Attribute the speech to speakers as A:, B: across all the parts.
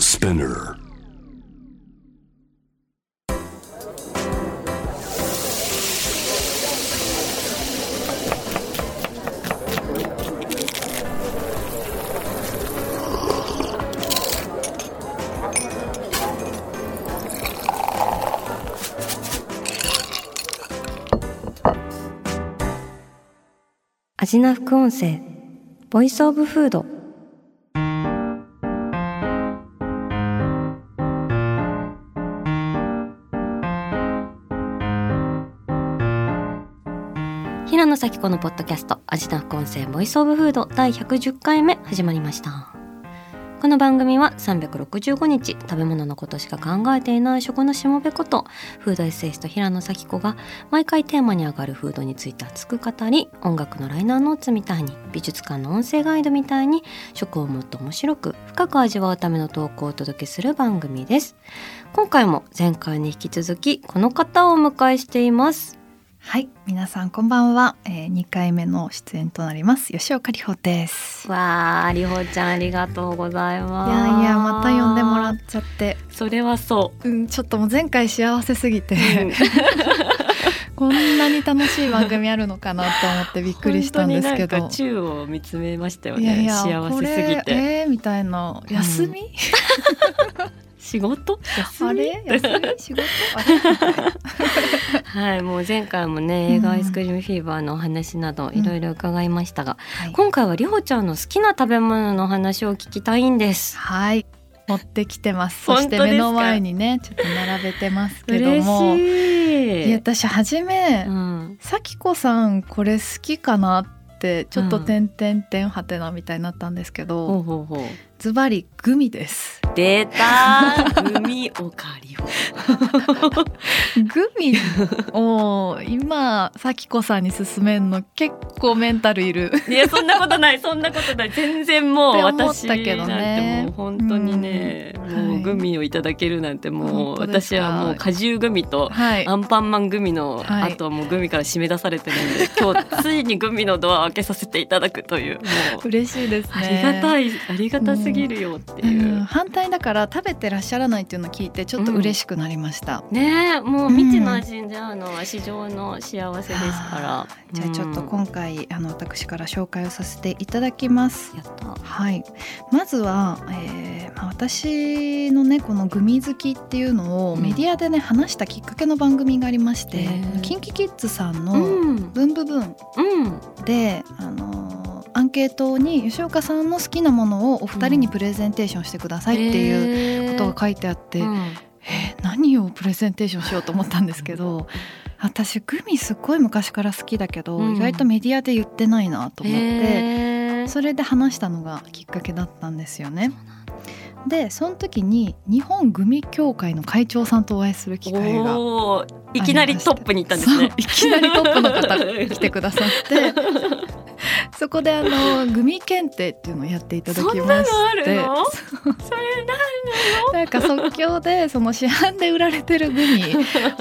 A: Spinner.
B: アジナ副音声ボイスオブフード平野咲子のポッドキャストアジナ副音声ボイスオブフード第110回目始まりましたこの番組は365日食べ物のことしか考えていない食のしもべことフードエッセイスト平野咲子が毎回テーマに上がるフードについて熱く語り音楽のライナーノーツみたいに美術館の音声ガイドみたいに食をもっと面白く深く味わうための投稿をお届けする番組です今回も前回に引き続きこの方をお迎えしています
C: はい、皆さんこんばんは。えー、二回目の出演となります吉岡里帆です。
B: わあ、りほちゃんありがとうござい
C: い
B: ま
C: やいやまた呼んでもらっ
B: う
C: ちゃって、
B: それはそ
C: うんちょっともう前回幸せすぎて、
B: う、
C: こんなに楽しい番組あるのかなと思ってびっくりしたんですけ
B: 本当
C: ど。
B: になんか宙を見つめましたよ
C: い
B: ね
C: やいや
B: 幸せすぎ
C: これ
B: て
C: えーみたいな休み、
B: 仕事休み
C: あれ休み仕事あれみ たいな
B: はいもう前回も
C: うん
B: ね映画アイスクリームフィーバーのお話などいろいろ伺いましたが、
C: はい
B: 今回はりほちゃんの好きな食べ物のお話を聞きたいんです
C: はい持ってきてますそして
B: 本当です
C: 目
B: か
C: の前にねちょっと並べてますけど
B: 嬉
C: も
B: し
C: い
B: い
C: や私初め、
B: うん、
C: 咲子さんこれ好きかなってちょっと
B: うん
C: 点点点はてなみたいになったんですけ
B: ほ
C: ど
B: うほうほう
C: ズバリグミです
B: 出た ー海おかりを
C: グ ミを今咲子さんに勧めるの結構メンタルいる
B: いやそんなことないそんなことない全然もう
C: って思っ
B: 私な
C: た
B: ん
C: け
B: て
C: どね
B: もう本当にね、
C: うん
B: も
C: は
B: う
C: い
B: グミをいただけるなんても
C: 本
B: う
C: 当です
B: 私
C: か
B: はもう果汁グミと
C: はい
B: アンパンマングミの、
C: はい
B: あとはもうグミから締め出されてるん で今日ついにグミのドアを開けさせていただくというもう
C: 嬉しいですね
B: ありがた
C: い
B: い、ありがたすぎるよっていう。
C: 反対だから食べてらっしゃらないっていうのを聞いてちょっと嬉しくなりました、
B: ねえもう未知の味に出会うのは市場の幸せですから
C: は。いじゃあちょっと
B: うん
C: 今回、あの私から紹介をさせていただきます
B: やった。
C: はい、まずは、えーまあ、私のねこのグミ好きっていうのを
B: うん
C: メディアでね、話したきっかけの番組がありまして
B: へー
C: KinKiKids さん
B: う
C: の
B: ん
C: 「ブンブブン
B: うん。」
C: で、あのーアンケートに吉岡さんの好きなものをお二人にプレゼンテーションしてくださいっていう
B: い
C: ことが書いてあって、えー何をプレゼンテーションしようと思ったんですけど私グミすっごい昔から好きだけど、
B: うん
C: 意外とメディアで言ってないなと思って。
B: へー
C: それで話したのがきっかけだったんですよね。でその時に日本グミ協会の会長さんとお会いする機会が
B: おーいきなりトップに行ったんですね
C: そういきなりトップの方が来てくださって そこであのグミ検定っていうのをやっていただきまして
B: そんなのあるの
C: そう
B: それな
C: なんか即興でその市販で売られてるグミ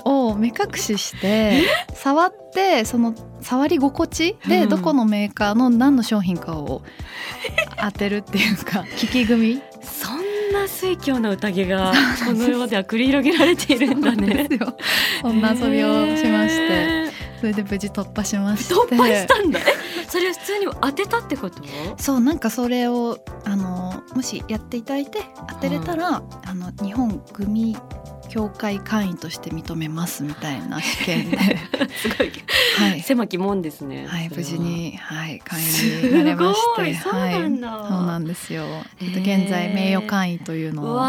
C: を目隠 しして触ってその触り心地
B: う
C: で
B: ん
C: どこのメーカーの何の商品かを当てるっていう か聞き 組
B: そんな水郷の宴がこの世では繰り広げられているんだね
C: ですよそんな遊びをしまして
B: へー
C: それで無事突破しまして
B: 突破したんだえそれは普通に当てたってこと
C: そうなんかそれをあのもしやっていただいて当てれたら、あの日本グミ協会会員として認めますみたいな 試験で、
B: すごい
C: はい、
B: 狭き門ですね
C: はい、
B: それは
C: 無事に、はい、会員
B: す
C: になれまし
B: ご
C: て、
B: いそう
C: はい、
B: な
C: そ
B: んだ
C: うなんですよ。ちょっと
B: へー
C: 現在名誉会員という
B: う
C: のを、は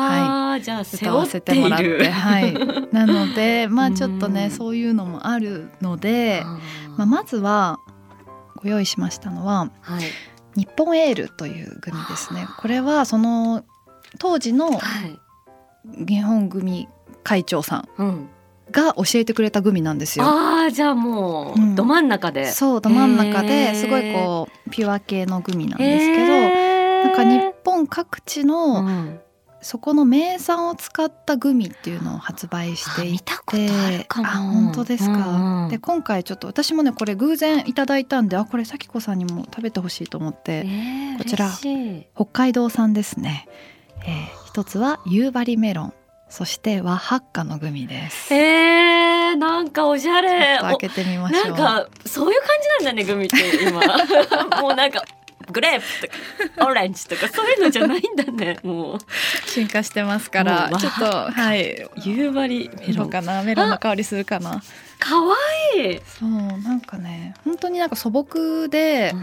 B: わーじゃあ
C: い、
B: 背
C: 歌わ
B: 負
C: せ
B: ってて
C: もら
B: い
C: って、
B: る
C: はい、なので、まあちょっと
B: う
C: ね、
B: ん
C: そういうのもあるので、まあまずはご用意しましたのは
B: はい
C: 日本エールという組ですね。これはその当時の
B: はい
C: 日本組会長さん
B: うん
C: が教えてくれた組なんですよ。
B: あーじゃあも
C: うん
B: うど真ん中で
C: そうど真ん中
B: へ
C: で
B: ー
C: すごいこうピュア系の組なん
B: へ
C: ですけど、
B: ー
C: なんか日本各地の、
B: うん
C: そこの名産を使ったグミっていうのを発売して
B: あ
C: い
B: 見
C: て
B: たことあるかも
C: 本当ですか、
B: うんうん
C: で今回ちょっと私もねこれ偶然いただいたんであこれ咲子さんにも食べてほしいと思って、
B: えー
C: こちら
B: 嬉しい
C: 北海道産ですね、えー一つは夕張メロンそして和ハッカのグミです
B: えー、なんかおしゃ
C: ちょ
B: れ
C: っと開けてみましょ
B: な
C: う
B: んかそういう感じなんだねグミって今 もうなんかグレープとかオレンジとかそういうのじゃないんだ ねもう
C: 進化してますから
B: もう
C: ちょっとはい
B: 夕張メ
C: ど
B: ロ
C: う
B: ンか
C: かなメロンの香りするかな
B: わいい、
C: そうなんかね本当になんか素朴で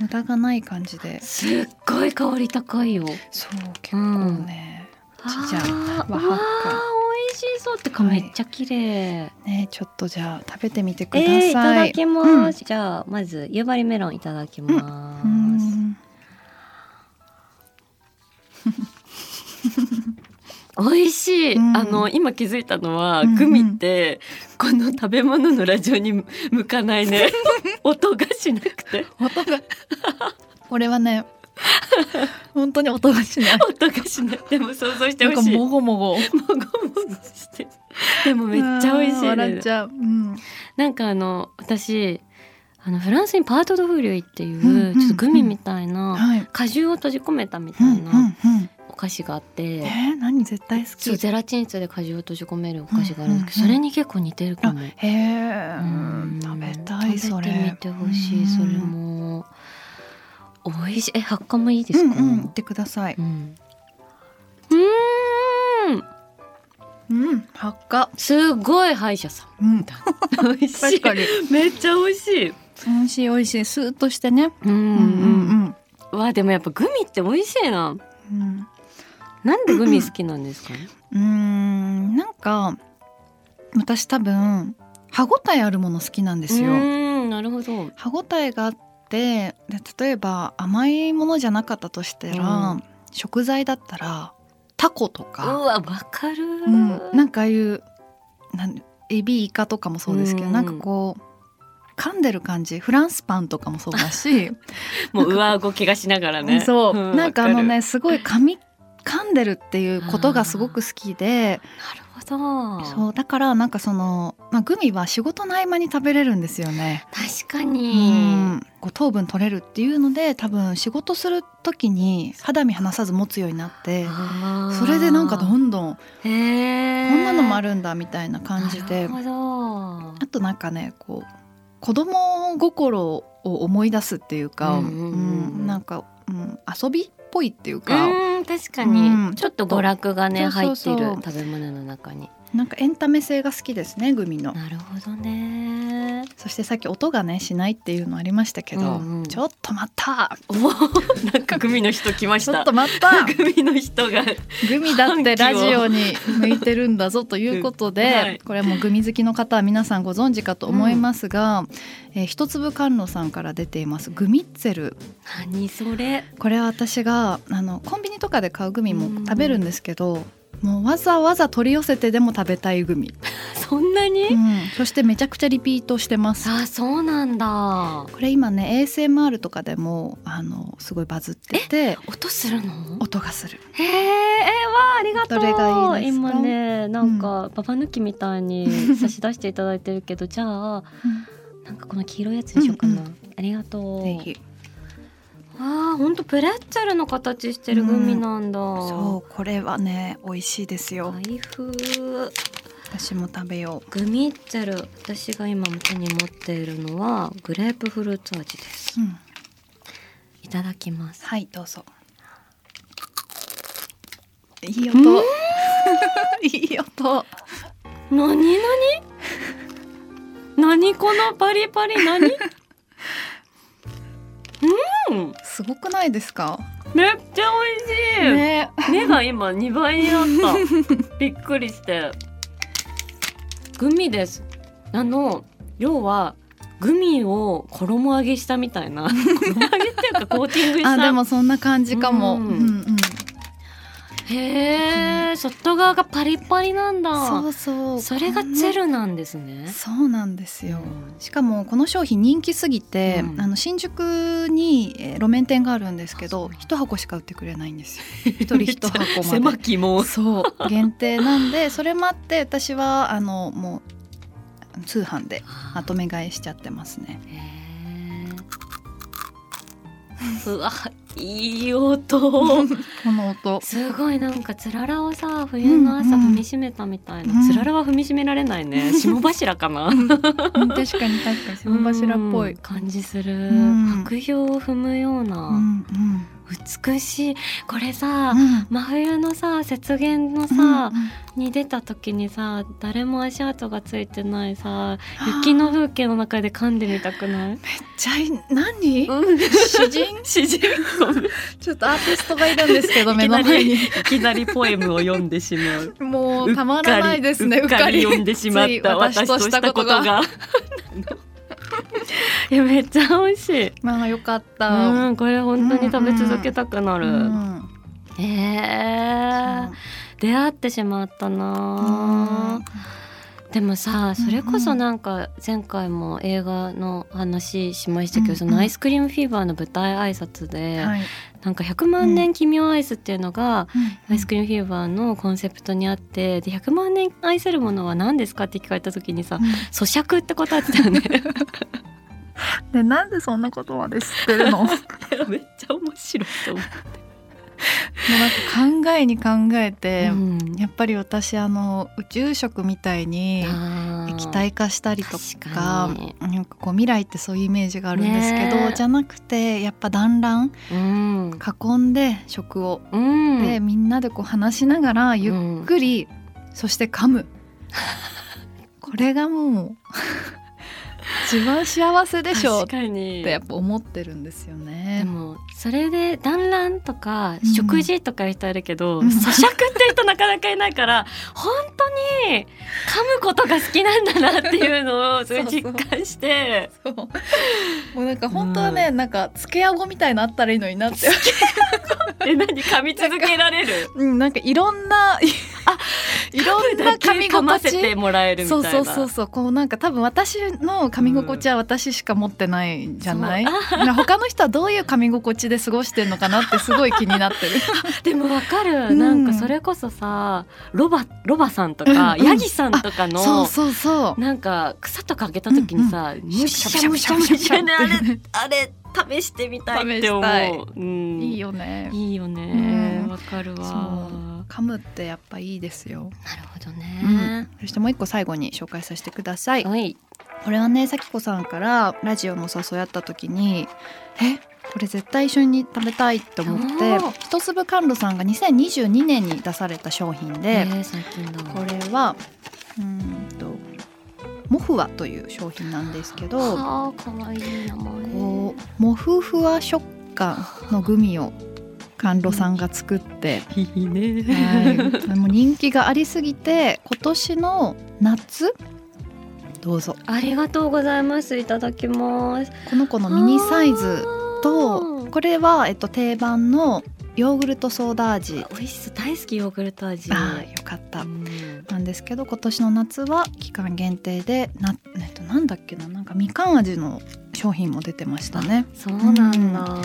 C: 無駄がない感じです
B: っごい香り高いよ
C: そう結構ね、じゃあ
B: あー
C: 和
B: わ
C: ハッカ
B: あ美味しそうってか
C: は
B: め
C: い
B: っちゃ綺麗、
C: ねちょっとじゃあ食べてみてくだ
B: え
C: さい、
B: ー、いただきます、じゃあまず夕張メロンいただきます、
C: うん
B: 美味しい、
C: うん
B: あの今気づいたのは、
C: うんうん
B: グミってこの食べ物のラジオに 向かないね 音がしなくて
C: 音が これはね本当に音 がしない
B: 音がしないでも想像して
C: なん
B: ほ
C: か
B: しい
C: も
B: も
C: ごもご
B: ごもごしてでもめっちゃ美味し
C: あー
B: い、
C: 笑っ
B: ね
C: ち、ゃう、うん、
B: なんかあの私あのフランスにパート・ド・フーリュイっていう、
C: うんうんうん
B: ちょっとグミみたいな、
C: はい
B: 果汁を閉じ込めたみ
C: う
B: た
C: んう
B: いなん
C: うん
B: お菓子があって、
C: えー、何絶対好
B: そう
C: き
B: ゼラチン質で果汁を閉じ込めるお菓子があるんだけど、
C: うん
B: そ
C: うんうん
B: れに結構似てるか
C: あ
B: も。
C: へえ
B: うん
C: 食べたいそ
B: 食
C: れ
B: べてみてほしい、それも美味しいえ発汗もいいで
C: う
B: す
C: ん
B: か
C: うん言ってください
B: うんうーん
C: うん発火
B: すごい歯医者さん
C: うん
B: 美味し
C: 確
B: い
C: かに
B: めっちゃ美味しい
C: 美味しい美味しいスーッとしてね
B: うん
C: う
B: うん
C: ん
B: うんわあでもやっぱグミって美味しいな
C: うん
B: なんでグミ好きなんですか
C: うーんなんか私多分歯ごたえあるもの好きなんですよ
B: うーんなるほど
C: 歯ごたえがあってで例えば甘いものじゃなかったとしたら、
B: う
C: 食材だったらタコと
B: う
C: か、
B: わわかる、
C: うんなんかああいうなんエビイカとかもそうですけど、
B: うん
C: なんかこう噛んでる感じフランスパンとかもそうだし、
B: もう上動きがしながら ね
C: そう、
B: ん
C: なんかあの
B: わ
C: ねすごい噛み噛んでるっていうことがすごく好きで
B: るなるほど
C: そうだからなんかその、まあ、グミは仕事の合間に食べれるんですよね。
B: 確か
C: う
B: に、
C: ん、こう糖分取れるっていうので多分仕事する時に肌身離さず持つようになってそ
B: そ
C: れでなんかど
B: ん、
C: んどん
B: こ
C: こん
B: ん
C: なのもあ
B: る
C: るんだみたいな感じで
B: なるほ
C: あとなんかねこう子供心を思い出すっていうか、
B: う
C: うんん
B: うんうんうん
C: なんか、うん、遊びっぽいっていう
B: ど。
C: か、
B: うん確かに、
C: うん
B: ちょっと娯楽がね
C: そうそうそう
B: 入ってる食べ物の中に。
C: なんかエンタメ性が好きですねグミの。
B: なるほどね。
C: そしてさっき音がねしないっていうのありましたけど、
B: うんうん
C: ちょっと待った
B: おーなんかグミの人来まし
C: ちょったと。待っ た
B: グミの人が
C: グミだってラジオに向いてるんだぞということで、
B: はい
C: これもグミ好きの方は皆さんご存知かと思いますが、えー一粒甘露さんから出ていますグミッツェル
B: 何それ。
C: これは私があのコンビニとかで買うグミも食べるんですけど、もうわざわざ取り寄せてでも食べたいグミ、
B: そんなに？
C: うんそしてめちゃくちゃリピートしてます
B: あそうなんだ。
C: これ今ね ASMR とかでもあのすごいバズってて
B: 音するの？
C: 音がする
B: へーえー、わあありがとう。
C: どれがいいですか
B: 今ねなんか、ババ抜きみたいに差し出していただいてるけど、じゃあなんかこの黄色いやつにしようかな。
C: うんう
B: ありがとう。
C: ぜひ
B: ああ、本当プレッツェルの形してるグミなんだ。
C: そうこれはね美味しいですよ
B: 開封
C: 私も食べよ
B: グミッツェル。私が今手に持っているのはグレープフルーツ味です。
C: う、うん、
B: いただきます。
C: はいどうぞいい
B: うん
C: 音 いい音
B: なになに？なにこのパリパリな に？うん、
C: すごくないですか
B: めっちゃ美味しい。
C: ね
B: 目が今2倍にな った。びっくりして。グミです。あの要はグミを衣揚げしたみたいな衣揚げっていうかコーティング した。
C: あでもそんな感じかも、
B: う
C: うんんうん
B: へえ、外側がパリッパリなん
C: そ
B: だ。
C: うそう
B: それがチェルなんですね。
C: そうなんですよ
B: うん
C: しかもこの商品人気すぎて、
B: うん
C: あの新宿にえー路面店があるんですけ
B: あそう
C: ど
B: なんだ
C: 一箱しか売ってくれないんですよ一人一箱ま で
B: 狭きも
C: そう限定な んでそれもあって私はあのもう通販でまとめ買いしちゃってますね。
B: へーうわいい音
C: この音
B: すごいなんかつららをさ冬の朝
C: うんうん
B: 踏みしめたみたいな、
C: うん
B: つららは踏みしめられない ね霜柱かな
C: うん確かに確かに霜柱っぽい、
B: うん感じする、
C: うん
B: 白氷を踏むよう
C: うん
B: な
C: うん
B: 美しいこれさ、
C: うん
B: 真冬のさ雪原のさ、に出た時にさ誰も足跡がついてないさ雪の風景の中で噛んでみたくない
C: めっちゃいい何、
B: うん
C: 詩人
B: 詩人
C: ちょっとアーティストがいるんですけど
B: いき
C: 目
B: な
C: の
B: り
C: 前に
B: いきなりポエムを読んでしまう
C: もうたまらないですね
B: うっかり読んでしまっ
C: つい
B: た
C: 私
B: 私
C: と
B: と
C: し
B: したた
C: こ
B: ことと
C: が
B: が いやめっちゃ美味しい
C: まあよかった、
B: うんこれ本当に食べ続けたくなる、
C: うん
B: えー、出会ってしまったな、でもさそれこそなんか前回も映画の話しましたけど、
C: うん
B: そのアイスクリームフィーバーの舞台挨拶
C: う
B: で、
C: んはい
B: なんか100万年君を愛すっていうのが、アイスク
C: リ
B: リームフィーバーのコンセプトにあってで100万年愛せるものは何ですかって聞かれた時にさ咀嚼って答えてた よね
C: でなんでそんなことまで知ってるのもうなんか
B: めっちゃ面白いと思
C: 考えに考えて、
B: うん
C: やっぱり私あの宇宙食みたいに
B: あー
C: 液体化したりと
B: 確
C: か
B: かに
C: なんかこう未来ってそういうイメージがあるんですけど、
B: ねえ
C: じゃなくてやっぱ団らん
B: うん
C: 囲んで食を、
B: うん
C: でみんなでこう話しながらゆっ
B: うん
C: くり、そして噛むこれ がもう一番幸せでしょうっ
B: 確かに
C: てやっぱ思ってるんですよ
B: で
C: ね。
B: もそれで団らんとか
C: うん
B: 食事とかいう人いるけど、
C: うん
B: 咀嚼って人なかなかいない から本当に噛むことが好きなんだなっていうのをすごい実感して
C: そうもうなんか本当はね、なんか付け顎みたいなのあったらいいのになって、
B: え何噛み続けられる
C: うん、なんかいろん ないろんな噛み
B: 噛ま
C: 心
B: せ
C: 地
B: てもらえるみたい
C: そ
B: うな
C: そうそうそうこうなんか多分私の噛み心地は私しか持ってないんじゃない、
B: そう
C: な他の人はどういう噛み心地で過ごしてんのかなってすごい気にな ってる
B: でもわかる、
C: うん
B: なんかそれこそさロバロバさんとか、
C: うんうん
B: ヤギさんとかの
C: そうそうそう
B: なんか草とかあげた時にさ、むしゃむしゃむしゃねあれあれ試してみたいって思。
C: 試したいう
B: うん
C: いいよね
B: いいよね
C: う。ん
B: わ、かる
C: そ
B: わ。
C: 噛むってやっぱいいですよ
B: なるほど
C: ね。そしてもう一個最後に紹介させてください
B: はい。
C: これはね咲子さんからラジオの誘いあった時にえこれ絶対一緒に食べたいと思って
B: おー
C: 一粒甘露さんが2022年に出された商品で、
B: えー、最近だ。
C: これはうーんとモフワという商品なんですけど
B: はあ、かわいい名前。
C: こうモフフワ食感のグミを甘露さんが作って、
B: いいね
C: はい、もう人気がありすぎて今年の夏どうぞ
B: ありがとうございます。いただきます。
C: この子のミニサイズとこれは、えっと、定番のヨーグルトソーダ味
B: 美味しそう。大好きヨーグルト味。
C: あーよかった
B: うん
C: なんですけど今年の夏は期間限定でな,、えっと、なんだっけななんかみかん味の商品も出てましたね
B: そうなんだ。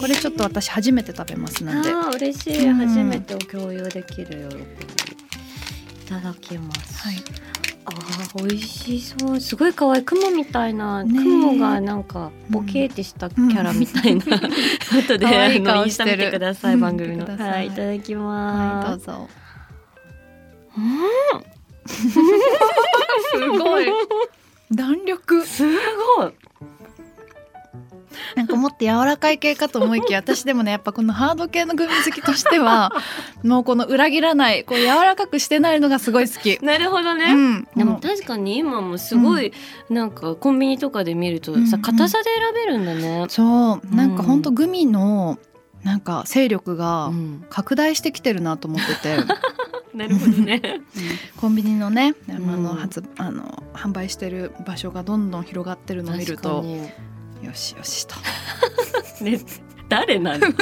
C: これちょっと私初めて食べますなんで、は
B: ああ、嬉しい。
C: うん
B: 初めてを共有できる喜び。いただきます。
C: い、
B: あー美味しそうすごい可愛い雲みたいな、
C: ねえ
B: 雲がなんかボケーってしたキャラみたいな、後で
C: 可愛い
B: あの
C: 顔
B: イン
C: し
B: スタ
C: て
B: 見
C: る
B: てください、
C: うん
B: 番組の
C: 見てください
B: はいいただき
C: はい、ど
B: ま
C: う
B: す、
C: ぞ
B: うん
C: すごい 弾力
B: すごい
C: なんかもっと柔らかい系かと思いきや私でもねやっぱこのハード系のグミ好きとして はもうこの裏切らないこう柔らかくしてないのがすごい好き、
B: なるほどね、
C: うん
B: でも確かに今もすごい、なんかコンビニとかで見ると
C: うんう
B: さ
C: ん
B: 硬さで選べるんだね、
C: そうなんかほんとグミのなんか勢力が
B: うん
C: 拡大してきてるなと思ってて、
B: なるほど ね
C: コンビニのねあの,、
B: うん
C: 発あの販売してる場所がどんどん広がってるのを見る
B: 確か
C: と
B: に
C: よしよしと
B: ね、誰なの グ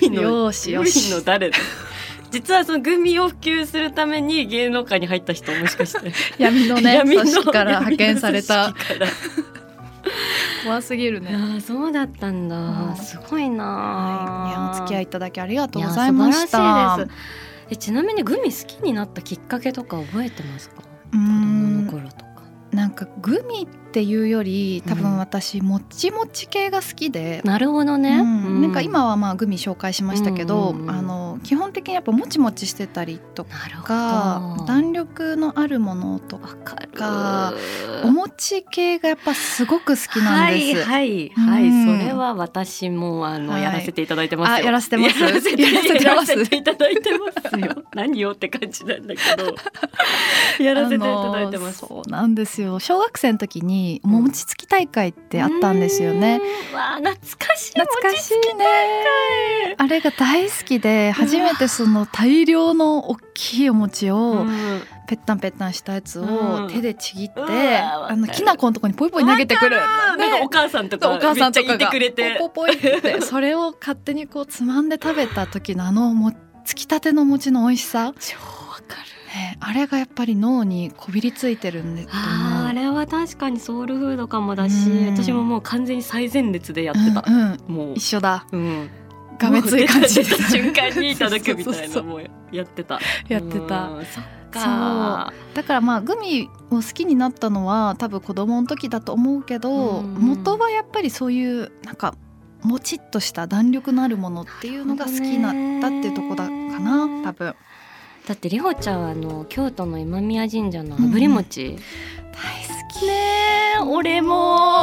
B: ミの
C: よしよし
B: グミの誰だ実はそのグミを普及するために芸能界に入った人もしか して、
C: 闇の ね
B: 闇の
C: 組織から派遣され た
B: 闇の組織から
C: 怖すぎるね。
B: いやーそうだったん
C: う
B: だ
C: ん
B: すごい
C: はい、い
B: な
C: やお付き合いいただきありがとう
B: や
C: ございまし
B: 素晴ら
C: た。
B: しいですえちなみにグミ好きになったきっかけとか覚えてますか
C: う
B: 子
C: ー
B: 供の
C: ん
B: 頃とか
C: なんかグミっていうより多
B: うん
C: 分私もっちもち系が好きで、
B: なるほどね、
C: うんなんか
B: は
C: 今はまあグミ紹介しましたけど、
B: うんうんうん
C: あの基本的にやっぱもちもちしてたりと
B: なるほ
C: か
B: ど
C: 弾力のあるものとか
B: わかる
C: がお餅系がやっぱすごく好きなんです。
B: はいはいはい、
C: うん
B: それは私もあの、
C: はい
B: やらせていただいてますよ。
C: あやらせてます
B: やらせて
C: やらせて
B: やら
C: ます
B: せていただいてます よ。何よって感じなんだけど、やらせていただいてます。
C: あのそうなんですよ小学生の時にお餅つき大会ってあったんですよね、
B: うーん。わあ懐かしい。
C: 懐かしいね
B: ね。
C: あれが大好きで初めてその大量の大きいお餅
B: う
C: を
B: ん
C: ぺったんぺったんしたやつ
B: う
C: を
B: ん
C: 手でちぎって、
B: うわわか
C: あ
B: る
C: のきな粉のとこにポイポイ投げてくる
B: わかる
C: ね
B: なんかお母さんとか
C: お母さんと
B: め
C: か
B: っちゃ言
C: が
B: ってくれて
C: ポポポイってそれを勝手にこうつまんで食べた時のあのもつきたてのお餅の美味しさ、
B: 超わかる。
C: ねあれがやっぱり脳にこびりついてるんで
B: あーあれは確かにソウルフードかもだし、
C: うん
B: 私ももう完全に最前列でやっ
C: う
B: てた。
C: んうん、
B: もう
C: 一緒だ
B: うん。
C: がめつい感じ
B: もう出 た瞬間にいただくみたい
C: そ
B: な
C: うそう
B: もうやってた
C: そうやってた
B: うんそっか
C: だからまあグミを好きになったのは多分子供の時だと思うけど、
B: うん
C: 元はやっぱりそういうなんかもちっとした弾力のあるものっていうのが好き
B: な
C: な
B: る
C: ん
B: ほど
C: だっ
B: ね
C: ていうとこだかな多分
B: だってりほちゃんはあの京都の今宮神社の炙り餅、
C: 大好きねえ
B: 俺も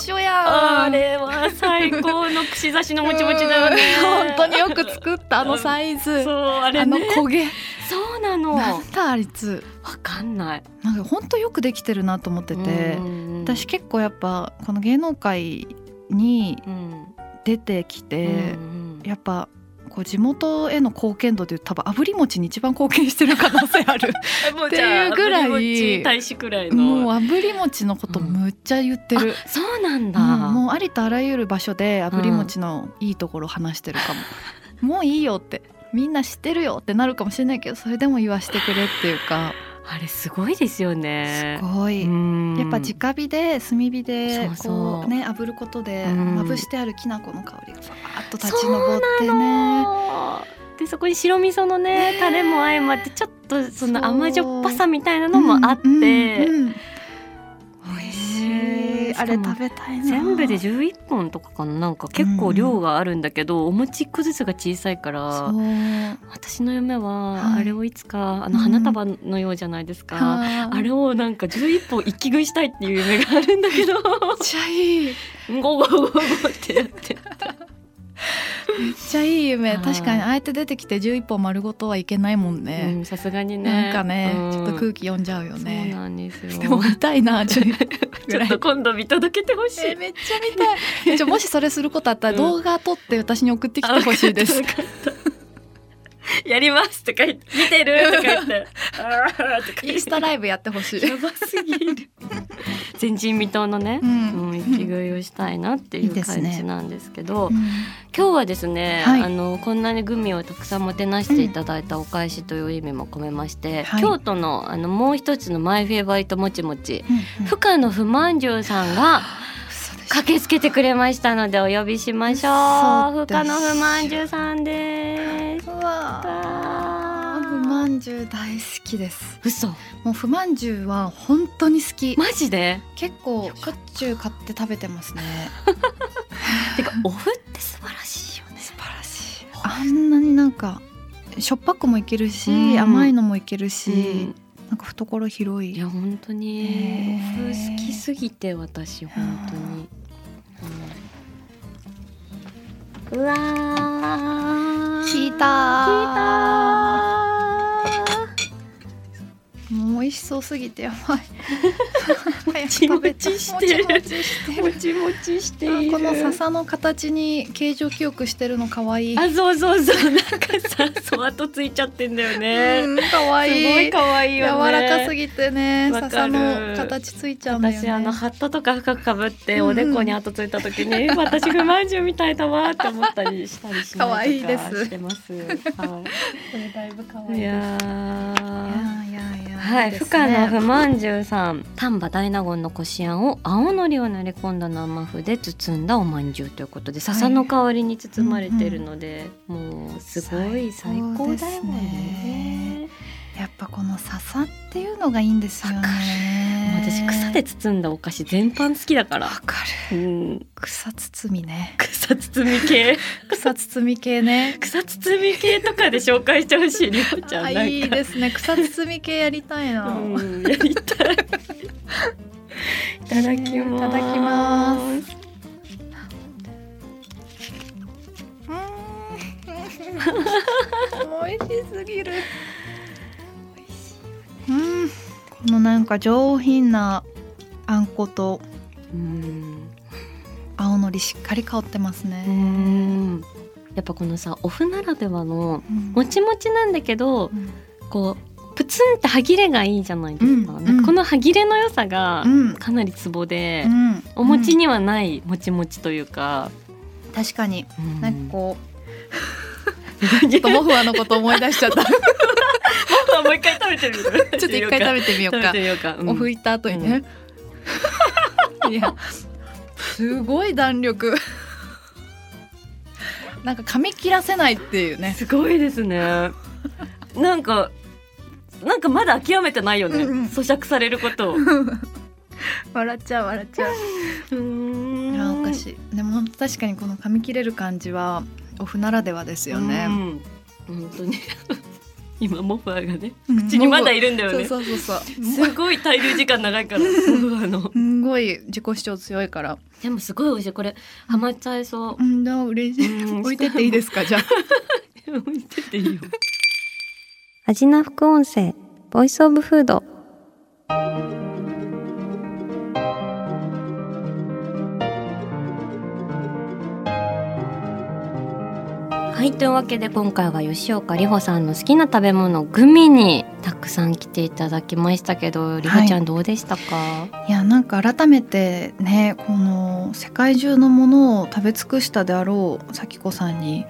C: 一緒やん
B: あれは最高の串刺しのもちもちだよね
C: 本当によく作ったあのサイズ、
B: そうあれ
C: あの
B: ね
C: 焦げ
B: そうな のわ
C: なんだあいつ
B: かんない
C: なんか本当よくできてるなと思ってて、
B: うん
C: 私結構やっぱこの芸能界に
B: うん
C: 出てきて、
B: うん
C: やっぱこう地元への貢献度でいうと多分炙り餅に一番貢献してる可能性ある
B: もう
C: って
B: じ ゃあ
C: いうぐらい
B: 炙り餅大使くらいの
C: もう炙り餅のことむっちゃ言ってる、
B: そうなんだ、
C: うんもうありとあらゆる場所で炙り餅のいいところを話してるかも、もういいよってみんな知ってるよってなるかもしれないけどそれでも言わしてくれっていうか
B: あれすごいですよね
C: すごい、
B: うん
C: やっぱ直火で炭火で
B: そうそう
C: こうね炙ることで
B: うん
C: まぶしてあるきな粉の香りがさーっと立ち上ってね
B: でそこに白味噌のねタレも相まってちょっとその甘じょっぱさみたいなのもあって、
C: うんうんうん美味し
B: へ
C: い
B: ー
C: あれ食べたいな
B: 全部で11本とかかななんか結構量があるんだけど、お餅1個ずつが小さいか
C: そ
B: ら
C: う
B: 私の夢は
C: はい
B: あれをいつか、あ
C: うん
B: の花束のようじゃないですか、あれ
C: めっ
B: をなんか11本一気食いしたいっていう夢があるんだけど
C: ちゃいい
B: ゴゴゴゴってやって
C: めっちゃいい夢
B: はい
C: 確かにあえて出てきて11本丸ごとはいけないもん
B: う
C: ね、
B: んさすがにね
C: なんかね、
B: うん
C: ちょっと空気読んじゃうよ
B: そう
C: ね
B: なんですよ
C: でも見たいな11
B: ち
C: ぐ
B: ょ
C: ら
B: っ
C: い
B: と今度見届けてほしい
C: えーめっちゃ見たいえちょもしそれすることあったら動画撮って私に送ってきてほしいです、
B: あ。わかったわかったやりますとか言って見てるとか言ってあーとか
C: インスタ
B: イ
C: ライブやってほしい、
B: やばすぎる前人未到のね、
C: ん
B: うん、息食いをしたいなってい
C: いいうです
B: 感
C: ね
B: じなんですけど
C: うん
B: 今日はですね、
C: はい
B: あのこんなにグミをたくさんもてなしていただいたお返しという意味も込めまして、
C: はい
B: 京都のあのもう一つのマイフェイバイトもちもち
C: うん
B: 深野不満十さんが
C: 嘘でしょ
B: 駆けつけてくれましたのでお呼びしましょう
C: そうです
B: 深野不満十さんです
C: うわー
B: あ
C: 不満十大好きです
B: 嘘
C: もう不満十は本当に好き
B: マジで
C: 結構しょっちゅう買って食べてますね
B: てかお麩って素晴らしいよね
C: 素晴らしいあんなになんかしょっぱくもいけるし、
B: うん
C: 甘いのもいけるし、
B: うん
C: なんか懐広
B: い
C: い
B: や本当に
C: へ
B: お
C: ー
B: 麩好きすぎて私本当にうんうわー
C: 聞いたーもう美味しそうすぎてや ばい早く食べたい
B: もちもちしてる
C: もちもちして
B: も
C: る
B: ちもちしている
C: あこの笹の形に形状記憶してるの可愛い
B: あそうそうそうなんかさそわとついちゃってんだよね
C: うん可
B: すごい可愛いよね
C: 柔らかすぎてね
B: わかる
C: 笹の形ついちゃうんだよね
B: 私あのハットとか深くかぶって
C: うん
B: お
C: うん
B: でこに跡ついた時 に、私不満中みたいだわって思ったりしたりしないと
C: 可愛いです
B: してます。は
C: これだいぶ可
B: い、い
C: い
B: や
C: い
B: ー。
C: やいやいや
B: はい、
C: です
B: 深
C: ね
B: 野不満十さん丹波大納言のこしあんを青のりを練り込んだ生麩で包んだおまんじゅうということで笹の香りに包まれているので、もうすごい最高だよね。
C: やっぱこの笹っていうのがいいんですよね
B: もう私草で包んだお菓子全般好きだから
C: わかる
B: うん
C: 草包みね
B: 草包み系
C: 草包み系ね
B: 草包み系とかで紹介してほしいりょうちゃんな
C: あ
B: んか
C: いいですね草包み系やりたいな、
B: うんやりた いいただきます
C: いただきますうーん美味しすぎるうんこのなんか上品なあんこと
B: うん
C: 青のりしっかり香ってます
B: う
C: ね、
B: んやっぱこのさお麩ならではの
C: うん
B: もちもちなんだけどこうプツンって歯切れがいいじゃないですか,、
C: うん
B: この歯切れの良さが
C: うん
B: かなりツボで、
C: うん
B: お餅にはないもちもちというか、
C: うん確かに
B: うん
C: なんかこ
B: う
C: う、ちょっとモフワのこと思い出しちゃった ちょ
B: もう一回食べて みる
C: っと一回食べてみよ
B: 食
C: う
B: べ
C: か
B: てみようか、うん
C: お拭いた後にね、 いやすごい弾 力なんか噛み切らせないっていうね
B: すごいですねなんかなんかまだ諦めてないよね、
C: うんうん
B: 咀嚼されることを
C: 笑っちゃう笑っちゃういやおか
B: い
C: しいでも本当確かにこの噛み切れる感じはオフならではですよね、
B: うん、本当に 今モファーがね
C: うん
B: 口にまだいるんだよね
C: そうそうそうそうもう
B: すごい滞留時間長いからあの
C: すんごい自己主張強いから
B: でもすごい美味しいこれハマっちゃいそう
C: うんだ嬉しい
B: うん
C: 置いてっていいですかじゃあ
B: 置いてていいよ
A: 味な副音声ボイスオブフード
B: はいというわけで今回は吉岡里帆さんの好きな食べ物グミにたくさん来ていただきましたけど里帆ちゃんどうでしたか、
C: いやなんか改めてねこの世界中のものを食べ尽くしたであろう咲子さんに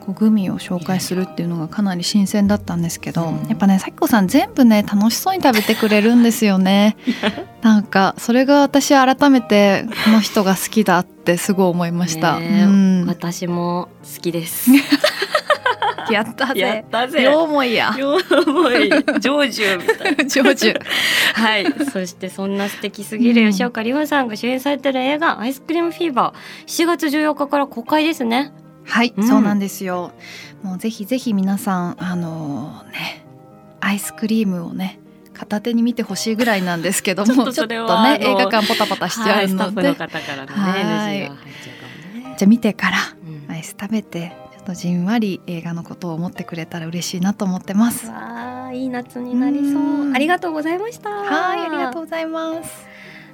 C: こうグミを紹介するっていうのがかなり新鮮だったんですけど、
B: うん
C: やっぱね咲子さん全部ね楽しそうに食べてくれるんです よねなんかそれが私改めてこの人が好きだってすごい思いました、
B: ねえ
C: うん、
B: 私も好きです。
C: やっ
B: や
C: たぜ
B: ったぜ。
C: 両思 いや
B: 両思い成就みた いな。
C: 成就
B: はい。そしてそんな素敵すぎる吉岡里帆さんが主演されてる映画アイスクリームフィーバー7月14日から公開ですね。
C: はい、
B: うん
C: そうなんですよもうぜひぜひ皆さんあのねアイスクリームをね片手に見てほしいぐらいなんですけども
B: ちょっとそれは
C: ちょっとね
B: あ
C: 映
B: の
C: 画館ポタポタしちゃ
B: は
C: う
B: いスタッ
C: の
B: フ
C: で、
B: の
C: じゃ
B: 方からのね
C: は
B: NG が入
C: い
B: っちゃうかもね。
C: あ見てから
B: うん
C: アイス食べてちょっとじんわり映画のことを思ってくれたら嬉しいなと思ってます。
B: わあいい夏になりそううんありがとうございました
C: はい、ありがとうございます。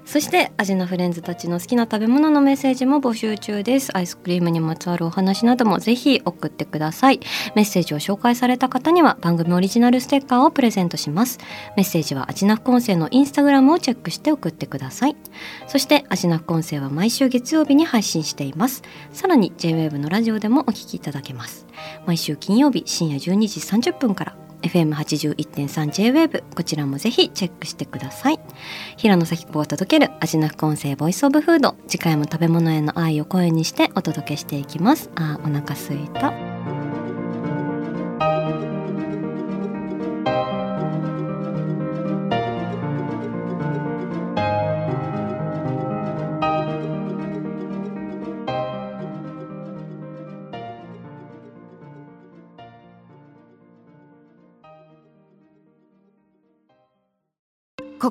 B: そして味のフレンズたちの好きな食べ物のメッセージも募集中ですアイスクリームにまつわるお話などもぜひ送ってくださいメッセージを紹介された方には番組オリジナルステッカーをプレゼントしますメッセージは味な副音声のインスタグラムをチェックして送ってくださいそして味な副音声は毎週月曜日に配信していますさらに JWAVE のラジオでもお聞きいただけます毎週金曜日深夜12時30分から FM81.3JWAVE こちらもぜひチェックしてください平野咲子が届ける味の副音声ボイスオブフード次回も食べ物への愛を声にしてお届けしていきますあーお腹すいた
D: こ